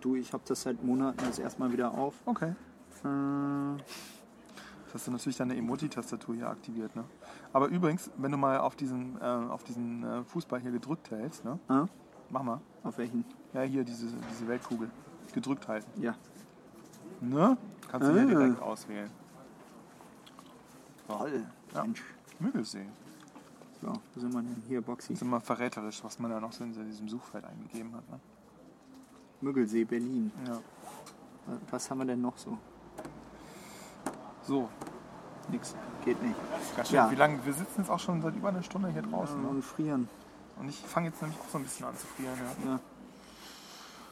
Du, ich habe das seit Monaten jetzt erstmal wieder auf. Okay. Äh, Jetzt hast du natürlich deine Emoti-Tastatur hier aktiviert, ne? Aber übrigens, wenn du mal auf diesen, äh, auf diesen äh, Fußball hier gedrückt hältst, ne? ah, Mach mal. auf welchen? Ja, hier diese, diese Weltkugel. Gedrückt halten. Ja. Ne? Kannst du hier Ah. direkt auswählen. Toll. Ja. Mensch. Müggelsee. So, wo sind wir denn? Hier, Boxy. Das ist immer verräterisch, was man da noch so in diesem Suchfeld eingegeben hat, ne? Müggelsee, Berlin. Ja. Was haben wir denn noch so? So, Nix. Geht nicht. ganz schön. Ja. Wie lange? Wir sitzen jetzt auch schon seit über einer Stunde hier draußen. ne? Und frieren. Und ich fange jetzt nämlich auch so ein bisschen an zu frieren. Ja. Ja.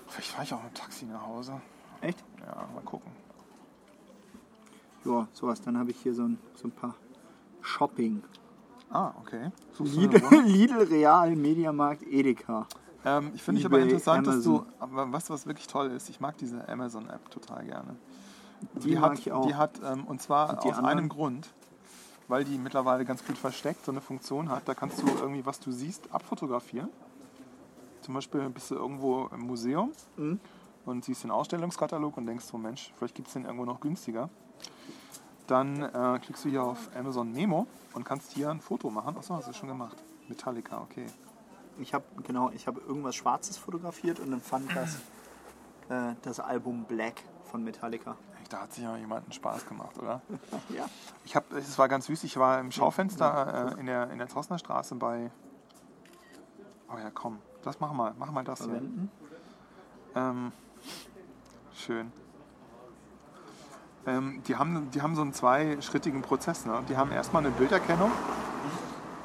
Vielleicht fahre ich auch mit dem Taxi nach Hause. Echt? Ja, mal gucken. Ja, sowas. Dann habe ich hier so ein, so ein paar Shopping. Ah, okay. Suchst du eine Lidl, Wohnung? Lidl Real, Mediamarkt, Edeka. ähm, ich finde ich aber eBay, interessant, dass du, Amazon. aber was, was wirklich toll ist, ich mag diese Amazon-App total gerne. Die, hat, mag ich auch. Die hat, ähm, und zwar die aus anderen? einem Grund, weil die mittlerweile ganz gut versteckt so eine Funktion hat. Da kannst du irgendwie, was du siehst, abfotografieren. Zum Beispiel bist du irgendwo im Museum Mhm. und siehst den Ausstellungskatalog und denkst so, Mensch, vielleicht gibt es den irgendwo noch günstiger. Dann äh, klickst du hier auf Amazon Memo und kannst hier ein Foto machen. Achso, hast du schon gemacht. Metallica, okay. ich habe genau, ich habe irgendwas Schwarzes fotografiert und dann fand das äh, das Album Black von Metallica. Da hat sich ja jemand einen Spaß gemacht, oder? Ja. Ich habe, es war ganz süß, ich war im Schaufenster äh, in der, in der Tossener Straße bei. Oh ja, komm, das mach mal, mach mal das hier. Verwenden. Ähm, schön. Ähm, die, haben, die haben so einen zweischrittigen Prozess. Ne? Die haben erstmal eine Bilderkennung,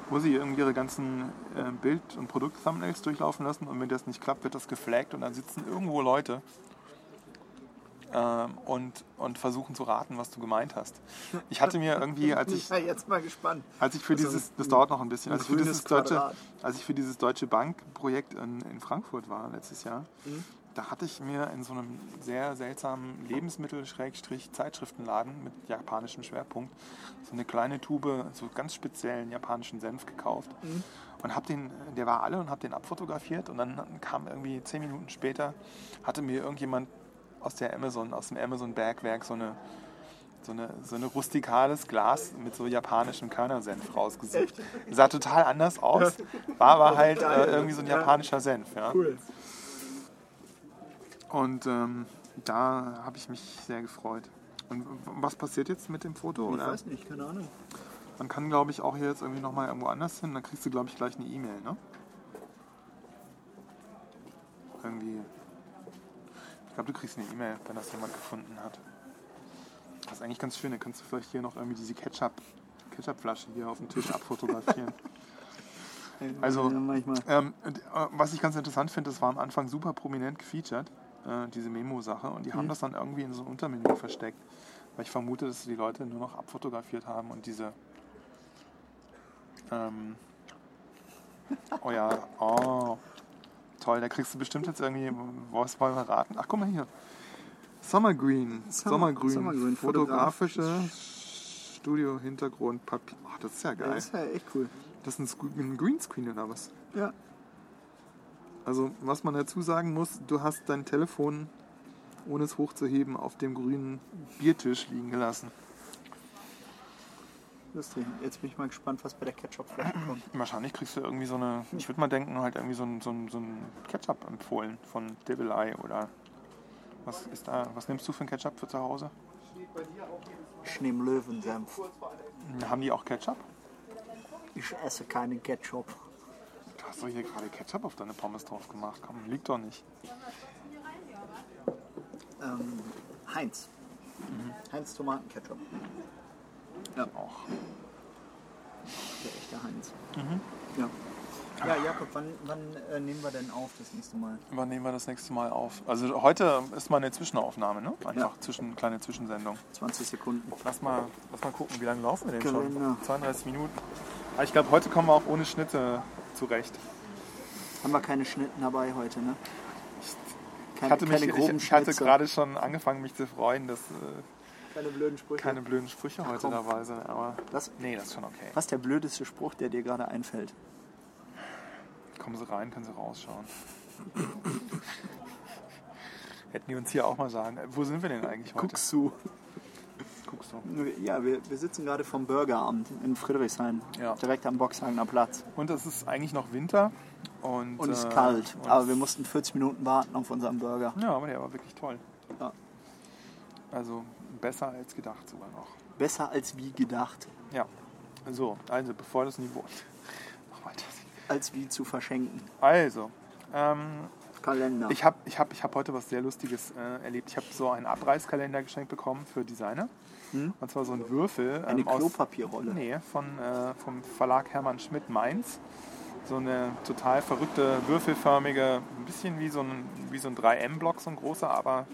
wo sie irgendwie ihre ganzen äh, Bild- und Produkt-Thumbnails durchlaufen lassen und wenn das nicht klappt, wird das geflaggt und dann sitzen irgendwo Leute ähm, und, und versuchen zu raten, was du gemeint hast. Ich hatte mir irgendwie, als ich, ja jetzt mal gespannt. als ich für Also dieses, ein- das dauert noch ein bisschen, ein als ich für dieses grünes deutsche, Quadrat. Mhm. als ich für dieses deutsche Bankprojekt in, in Frankfurt war letztes Jahr, da hatte ich mir in so einem sehr seltsamen Lebensmittel-Zeitschriftenladen mit japanischem Schwerpunkt so eine kleine Tube, so ganz speziellen japanischen Senf gekauft. Mhm. Und hab den, der war alle und habe den abfotografiert und dann kam irgendwie zehn Minuten später, hatte mir irgendjemand aus der Amazon, aus dem Amazon-Bergwerk so eine so eine, so eine rustikales Glas mit so japanischem Körnersenf rausgesucht. Sah total anders aus, war aber halt äh, irgendwie so ein japanischer Senf. Ja. Cool. Und ähm, da habe ich mich sehr gefreut. Und w- was passiert jetzt mit dem Foto? Ich oder? weiß nicht, keine Ahnung. Man kann, glaube ich, auch hier jetzt irgendwie nochmal irgendwo anders hin. Dann kriegst du, glaube ich, gleich eine E-Mail, ne? Irgendwie. Ich glaube, du kriegst eine E-Mail, wenn das jemand gefunden hat. Das ist eigentlich ganz schön. Dann kannst du vielleicht hier noch irgendwie diese Ketchup, Ketchupflasche hier auf dem Tisch abfotografieren. Also, Ja, manchmal. Ähm, und, äh, was ich ganz interessant finde, das war am Anfang super prominent gefeatured, äh, diese Memo-Sache. Und die haben das dann irgendwie in so ein Untermenü versteckt. Weil ich vermute, dass die Leute nur noch abfotografiert haben und diese. Ähm, oh ja, oh. Toll, da kriegst du bestimmt jetzt irgendwie. Was wollen wir raten? Ach, guck mal hier. Sommergreen. Summer- Sommergrün. Sommergrün, Fotografische Studio, Hintergrund, Papier. Ach, das ist ja geil. Das ist ja echt cool. Das ist ein Sque- ein Greenscreen oder was? Ja. Also, was man dazu sagen muss, du hast dein Telefon, ohne es hochzuheben, auf dem grünen Biertisch liegen gelassen. Lustig. Jetzt bin ich mal gespannt, was bei der Ketchup-Flasche kommt. Wahrscheinlich kriegst du irgendwie so eine, ich würde mal denken, halt irgendwie so ein, so ein, so ein Ketchup empfohlen von Devil Eye oder was ist da, was nimmst du für ein Ketchup für zu Hause? Ich nehme Löwensenf. Haben die auch Ketchup? Ich esse keinen Ketchup. Du hast doch hier gerade Ketchup auf deine Pommes drauf gemacht, komm, liegt doch nicht. Ähm, Heinz. Mhm. Heinz Tomatenketchup. Ja, Auch. der echte Heinz. Mhm. Ja. Ja, Jakob, wann, wann äh, nehmen wir denn auf das nächste Mal? Wann nehmen wir das nächste Mal auf? Also heute ist mal eine Zwischenaufnahme, ne? Einfach Ja. zwischen, kleine Zwischensendung. 20 Sekunden. Lass mal, lass mal gucken, wie lange laufen wir denn Kalender. schon? 32 Minuten. Aber ich glaube, heute kommen wir auch ohne Schnitte zurecht. Haben wir keine Schnitten dabei heute, ne? Ich Keine, hatte, mich, keine groben ich hatte Schnitze. gerade schon angefangen, mich zu freuen, dass äh, Keine blöden Sprüche. keine blöden Sprüche heute komm. dabei sind. Aber Was, nee, das ist schon okay. was ist der blödeste Spruch, der dir gerade einfällt? Kommen Sie rein, können Sie rausschauen. Hätten die uns hier auch mal sagen. äh, Wo sind wir denn eigentlich heute? Guckst du? Guckst du. Ja, wir, wir sitzen gerade vom Burgeramt in Friedrichshain. Ja. Direkt am Boxhagener Platz. Und es ist eigentlich noch Winter. Und, Und es ist äh, kalt. und- Aber wir mussten 40 Minuten warten auf unseren Burger. Ja, aber der war wirklich toll. Ja. Also besser als gedacht sogar noch. Besser als wie gedacht. Ja, so, also bevor das Niveau. Noch weiter. Als wie zu verschenken. Also, ähm, Kalender. ich habe ich hab, ich hab heute was sehr Lustiges äh, erlebt. Ich habe so einen Abreißkalender geschenkt bekommen für Designer. Und zwar so einen Würfel. ähm, Eine aus- Klopapierrolle. Nee, von, äh, vom Verlag Hermann Schmidt Mainz. So eine total verrückte, würfelförmige, ein bisschen wie so ein, wie so ein 3M-Block, so ein großer, aber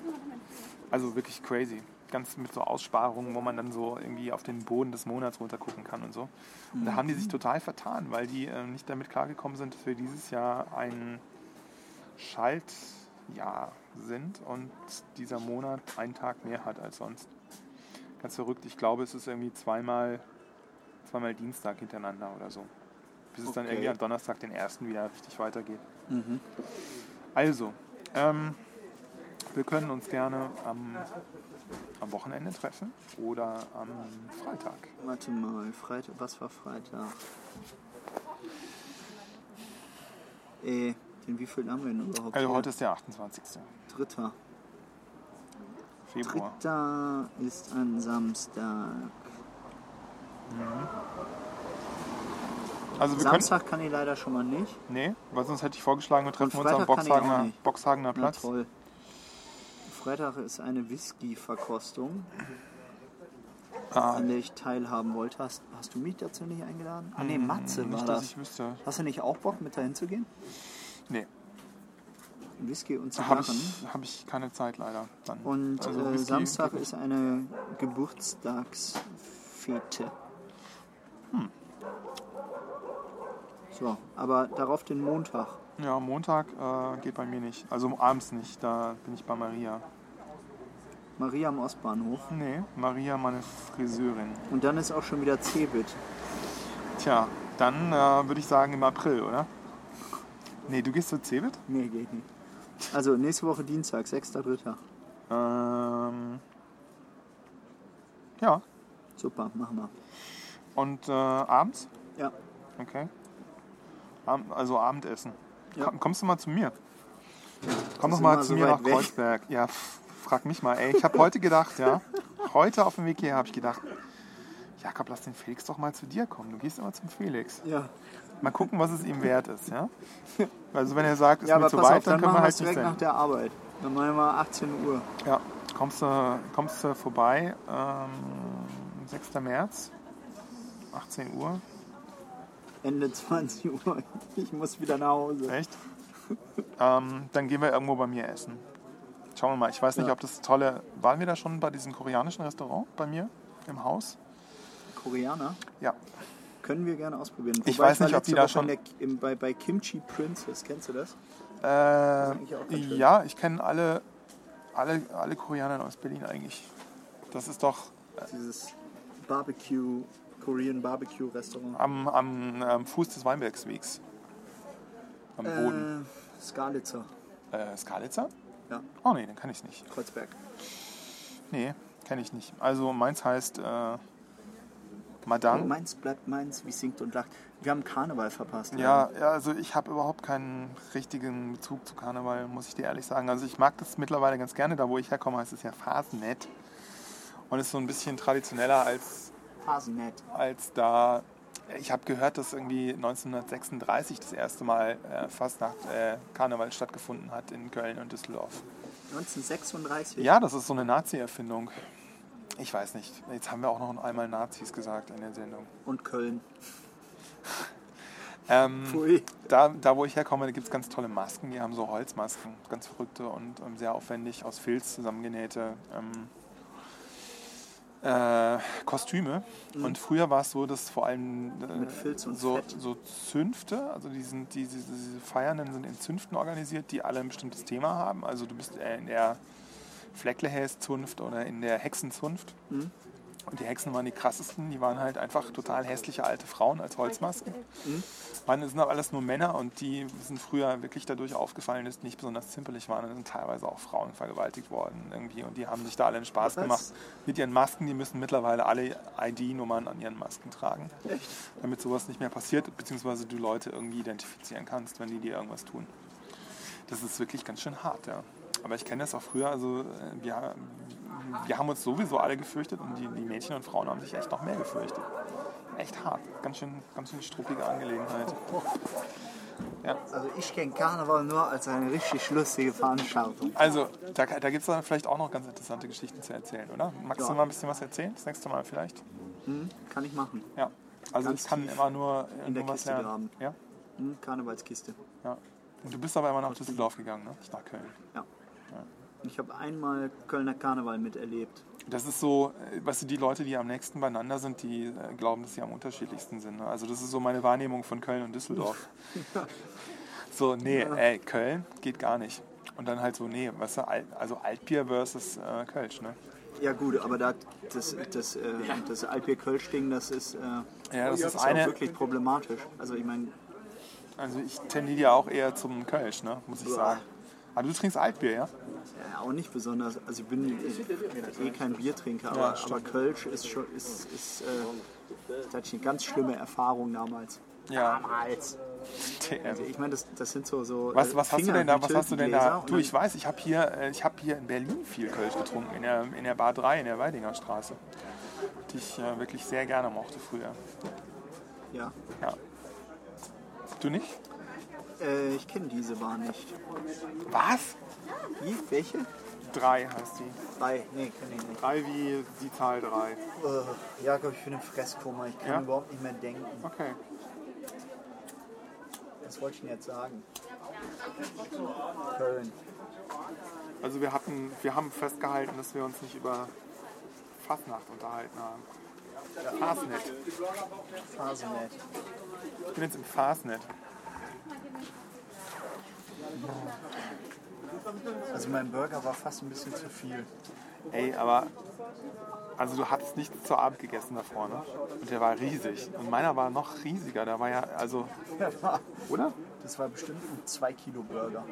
also wirklich crazy. Ganz mit so Aussparungen, wo man dann so irgendwie auf den Boden des Monats runtergucken kann und so. Und da haben die sich total vertan, weil die äh, nicht damit klargekommen sind, dass wir dieses Jahr ein Schaltjahr sind und dieser Monat einen Tag mehr hat als sonst. Ganz verrückt. Ich glaube, es ist irgendwie zweimal, zweimal Dienstag hintereinander oder so. Bis es dann Okay. Mhm. irgendwie am Donnerstag, den ersten, wieder richtig weitergeht. Also, ähm, wir können uns gerne am, am Wochenende treffen oder am Freitag. Warte mal, Freitag, was war Freitag? Äh, den wievielten haben wir denn überhaupt? Also hier? heute ist der 28. Dritter. Februar. Dritter ist ein Samstag. Also wir können, Samstag kann ich leider schon mal nicht. Nee, weil sonst hätte ich vorgeschlagen, wir treffen Und uns am Freitag kann ich auch Boxhagener, nicht. Boxhagener Na Platz. toll. Freitag ist eine Whisky-Verkostung, Ah, an der ich teilhaben wollte. Hast, hast du mich dazu nicht eingeladen? Ah, nee, Matze war Hm, nicht, dass das. ich wüsste. Hast du nicht auch Bock, mit dahin zu gehen? Nee, Whisky und habe Zigarren. ich, hab ich keine Zeit leider. Dann. Und Also äh, Whisky- Samstag ist eine Geburtstagsfete. Hm. So, aber darauf den Montag. Ja, Montag äh, geht bei mir nicht. Also abends nicht, da bin ich bei Maria. Maria am Ostbahnhof. Nee, Maria, meine Friseurin. Und dann ist auch schon wieder Cebit. Tja, dann äh, würde ich sagen im April, oder? Nee, du gehst zu Cebit? Nee, geht nicht. Also nächste Woche Dienstag, 6.3. Ähm, ja, Super, machen wir. und äh, abends? Ja. Okay. Ab- also Abendessen. Ja. Komm, kommst du mal zu mir? Komm Das doch ist mal immer zu so mir weit nach weg. Kreuzberg. Ja, f- frag mich mal. Ey, ich habe heute gedacht, ja. Heute auf dem Weg hier habe ich gedacht, Jakob, lass den Felix doch mal zu dir kommen. Du gehst immer zum Felix. Ja, Mal gucken, was es ihm wert ist, ja? Also wenn er sagt, ist ja mir aber zu pass weit, auf, dann dann können machen wir wir halt es nicht direkt nach senden. der Arbeit. Dann machen wir 18 Uhr. Ja, kommst du, kommst du vorbei, ähm, 6. März, 18 Uhr. Ende 20 Uhr. Ich muss wieder nach Hause. Echt? ähm, dann gehen wir irgendwo bei mir essen. Schauen wir mal. Ich weiß nicht, Ja. ob das tolle. Waren wir da schon bei diesem koreanischen Restaurant bei mir im Haus? Koreaner? Ja. Können wir gerne ausprobieren. Ich Wobei, weiß war nicht, ob die letzte da Woche schon- in der, im, bei, bei Kimchi Princess, kennst du das? Äh, eigentlich auch ganz schön. ja, ich kenne alle, alle, alle Koreaner aus Berlin eigentlich. Das ist doch Dieses Barbecue, Korean Barbecue Restaurant. am, am, am Fuß des Weinbergswegs. Am Boden. Äh, Skalitzer, Äh, Skalitzer? Ja. Oh nee, den kann ich nicht. Kreuzberg. Nee, kenne ich nicht. Also meins heißt äh, Oh, Madang. Mainz bleibt Mainz, wie singt und lacht. Wir haben Karneval verpasst. Ja, ja, also ich habe überhaupt keinen richtigen Bezug zu Karneval, muss ich dir ehrlich sagen. Also ich mag das mittlerweile ganz gerne. Da, wo ich herkomme, heißt es ja Fasnet. Und ist so ein bisschen traditioneller als, Hasenet. als da. Ich habe gehört, dass irgendwie 1936 das erste Mal äh, Fastnacht äh, Karneval stattgefunden hat in Köln und Düsseldorf. 1936. Ja, das ist so eine Nazi-Erfindung. Ich weiß nicht. Jetzt haben wir auch noch einmal Nazis gesagt in der Sendung. Und Köln. Ähm, Pfui. Da, da, wo ich herkomme, gibt es ganz tolle Masken. Die haben so Holzmasken, ganz verrückte und ähm, sehr aufwendig aus Filz zusammengenähte ähm, äh, Kostüme. Und früher war es so, dass vor allem äh, Mhm. Mit Filz und so, Fett. so Zünfte, also die sind, die, diese, diese Feiernden sind in Zünften organisiert, die alle ein bestimmtes Thema haben. Also du bist äh, in der Flecklehäs-Zunft oder in der Hexenzunft. Und die Hexen waren die krassesten. Die waren halt einfach total hässliche alte Frauen als Holzmasken. Waren, sind aber alles nur Männer und die sind früher wirklich dadurch aufgefallen, dass die nicht besonders zimperlich waren und sind teilweise auch Frauen vergewaltigt worden irgendwie. Und die haben sich da alle einen Spaß Was? gemacht mit ihren Masken. Die müssen mittlerweile alle ID-Nummern an ihren Masken tragen, damit sowas nicht mehr passiert, beziehungsweise du Leute irgendwie identifizieren kannst, wenn die dir irgendwas tun. Das ist wirklich ganz schön hart, ja. Aber ich kenne das auch früher, also äh, wir, wir haben uns sowieso alle gefürchtet und die, die Mädchen und Frauen haben sich echt noch mehr gefürchtet. Echt hart, ganz schön, ganz schön struppige Angelegenheit. Also ich kenne Karneval nur als eine richtig lustige Veranstaltung. Also, da, da gibt es dann vielleicht auch noch ganz interessante Geschichten zu erzählen, oder? Magst du Ja. mal ein bisschen was erzählen? Das nächste Mal vielleicht? Hm? Kann ich machen. Ja. Also Ganz ich kann tief immer nur in der nur was Kiste lernen. graben. Ja? Hm? Karnevalskiste. Ja. Und du bist aber immer nach Düsseldorf gegangen, ne? Nicht nach Köln. Ja. Ich habe einmal Kölner Karneval miterlebt. Das ist so, äh, weißt du, die Leute, die am nächsten beieinander sind, die äh, glauben, dass sie am unterschiedlichsten sind. Ne? Also das ist so meine Wahrnehmung von Köln und Düsseldorf. so, nee, ey, Köln geht gar nicht. Und dann halt so, nee, weißt du, Al- also Altbier versus äh, Kölsch, ne? Ja gut, aber da, das, das, äh, das Altbier-Kölsch-Ding, das ist, äh, Ja, das ist ist auch eine, wirklich problematisch. Also ich meine, also ich tendiere ja auch eher zum Kölsch, ne? Muss ich Boah. sagen. Aber du trinkst Altbier, ja? ja, äh, auch nicht besonders. Also ich bin ich, eh kein Biertrinker, Ja, aber, stimmt. aber Kölsch ist schon, ist, ist, äh, da hatte ich eine ganz schlimme Erfahrung damals. Ja. Damals. TM. Ich meine, das, das sind so so. ähm, Was, äh, was hast du Finger denn da? mit Was hast du denn Tiltengläser da? und Du, dann- ich weiß, ich habe hier, äh, ich hab hier in Berlin viel Kölsch getrunken, in der, in der Bar 3 in der Weidinger Straße. Die ich äh, wirklich sehr gerne mochte früher. Ja. Ja. Du nicht? Äh, ich kenne diese Bar nicht. Was? Wie? Welche? Drei heißt die. Drei. Nee, kenne ich nicht. Drei wie die Zahl 3. Äh, Jakob, ich bin im Fresskoma. Ich kann Ja? überhaupt nicht mehr denken. Okay. Was wollte ich denn jetzt sagen? Köln. Also wir hatten, wir haben festgehalten, dass wir uns nicht über Fastnacht unterhalten haben. Fastnet. Phasenet. Ich bin jetzt im Fastnet. Also mein Burger war fast ein bisschen zu viel. Ey, aber. Also du hattest nichts zur Abend gegessen da vorne. Und der war riesig. Und meiner war noch riesiger. Da war ja, also, Der war- oder? Das war bestimmt ein 2 Kilo Burger.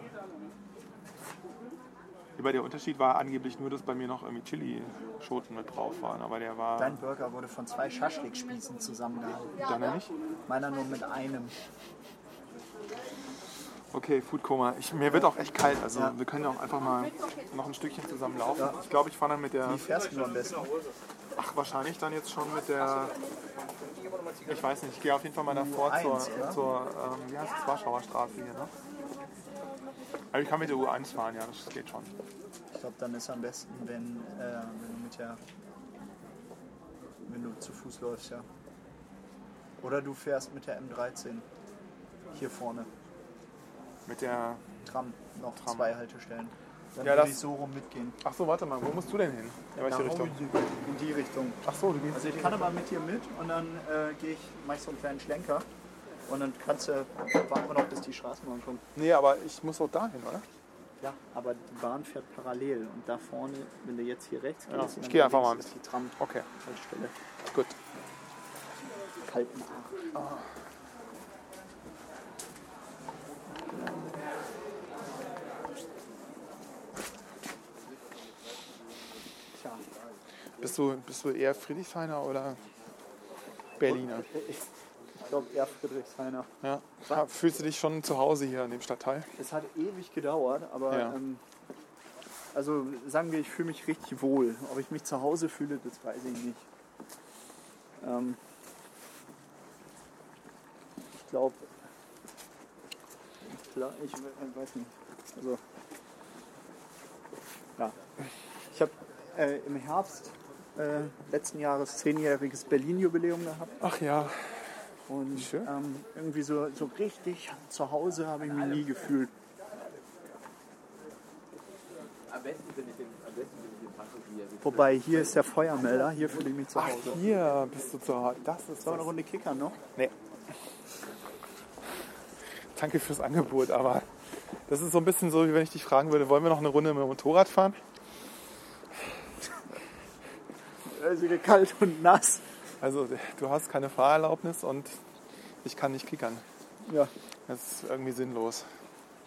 Über der Unterschied war angeblich nur, dass bei mir noch irgendwie Chili-Schoten mit drauf waren. Aber der war Dein Burger wurde von zwei Schaschlikspießen zusammengehalten. dann nicht. Meiner nur mit einem. Okay, Foodkoma. Ich, mir wird auch echt kalt. Also Ja. wir können ja auch einfach mal noch ein Stückchen zusammenlaufen. Ich glaube, ich fahre dann mit der. Wie fährst du am besten? Ach, wahrscheinlich dann jetzt schon mit der. Ich weiß nicht, ich gehe auf jeden Fall mal davor U1, zur, oder? zur ähm, wie heißt es, Warschauer Straße hier, ne? Aber ich kann mit der U1 fahren, ja, das geht schon. Ich glaube, dann ist am besten, wenn, äh, wenn du mit der. Wenn du zu Fuß läufst, ja. Oder du fährst mit der M13. Hier vorne. Mit der. Tram. Noch Tram. zwei Haltestellen. Dann Ja, würde das- ich so rum mitgehen. Ach so, warte mal, wo musst du denn hin? In welche Richtung? In die Richtung. Ach so, du gehst. Also ich kann aber mit dir mit und dann äh, gehe ich, mache ich so einen kleinen Schlenker. Und dann kannst du, warten wir noch, bis die Straßenbahn kommt. nee, aber ich muss doch dahin, oder? Ja, aber die Bahn fährt parallel und da vorne, wenn du jetzt hier rechts gehst, Ja, und ich dann gehe einfach links mal mit. ist die Tram Okay, Haltestelle gut. kalten Arsch. Tja, Bist du, bist du eher Friedrichshainer oder Berliner? ich glaube eher Friedrichshainer. Ja. Ja, Ah, Fühlst du dich schon zu Hause hier in dem Stadtteil? Es hat ewig gedauert, aber Ja. ähm, also sagen wir, ich fühle mich richtig wohl. Ob ich mich zu Hause fühle, das weiß ich nicht. Ähm, ich glaube, ich, glaub, ich we- äh, weiß nicht. Also, ja. Ich habe äh, im Herbst äh, letzten Jahres zehnjähriges Berlin-Jubiläum gehabt. Ach ja, Und schön. ähm, irgendwie so, so richtig zu Hause habe ich mich nie gefühlt. Am besten bin ich den, am besten bin ich den Passus hier. Wobei, hier ist der Feuermelder, hier fühle ich mich zu Ach, Hause. hier bist du zu Hause. Das ist Sollen wir eine Runde kickern noch? Nee. Danke fürs Angebot, aber das ist so ein bisschen so, wie wenn ich dich fragen würde, wollen wir noch eine Runde mit dem Motorrad fahren? Es ist kalt und nass. Also du hast keine Fahrerlaubnis und ich kann nicht kickern. Ja. Das ist irgendwie sinnlos.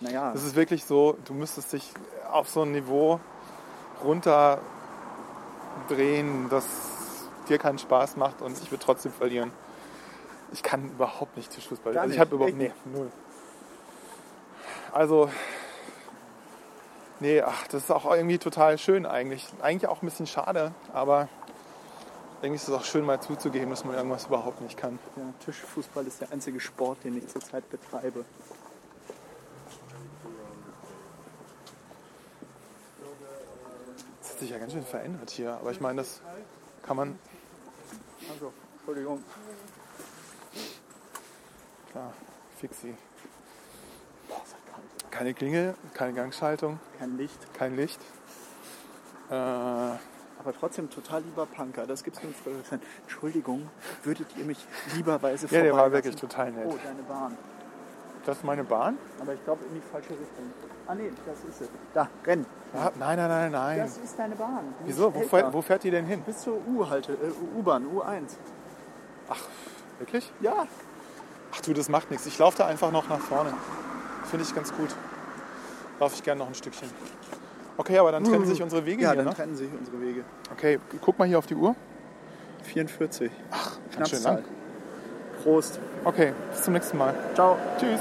Naja, Das ist wirklich so, du müsstest dich auf so ein Niveau runterdrehen, das dir keinen Spaß macht und ich würde trotzdem verlieren. Ich kann überhaupt nicht Tischfußball. Gar Also ich nicht, habe überhaupt nee, echt null. Also nee, ach, das ist auch irgendwie total schön eigentlich. Eigentlich auch ein bisschen schade, aber irgendwie ist es auch schön mal zuzugeben, dass man irgendwas überhaupt nicht kann. der Tischfußball ist der einzige Sport, den ich zurzeit betreibe. Das hat sich ja ganz schön verändert hier, aber ich meine, das kann man Also, Entschuldigung. Klar, Fixi. Boah, ist das kalt. Keine Klingel, keine Gangschaltung, Kein Licht. kein Licht. Äh, Aber trotzdem total lieber Punker. Das gibt's nur für Entschuldigung, würdet ihr mich lieberweise ja, der war vorbeilassen? wirklich total nett. Oh, deine Bahn. Das ist meine Bahn? Aber ich glaube in die falsche Richtung. Ah nee, das ist es. Da, renn. Ah, nein, nein, nein, nein. Das ist deine Bahn. Die Wieso? ist Wo älter. fährt, wo fährt die denn hin? Bis zur U-Halte, äh, U-Bahn, U1. Wirklich? Ja, Ach du, das macht nichts. Ich laufe da einfach noch nach vorne. Finde ich ganz gut. Laufe ich gerne noch ein Stückchen. Okay, aber dann trennen sich unsere Wege Mhm. ja hier, dann ne? trennen sich unsere Wege. Okay, guck mal hier auf die Uhr. 44. Ach, ganz schön lang. Prost. Okay, bis zum nächsten Mal. Ciao. Tschüss.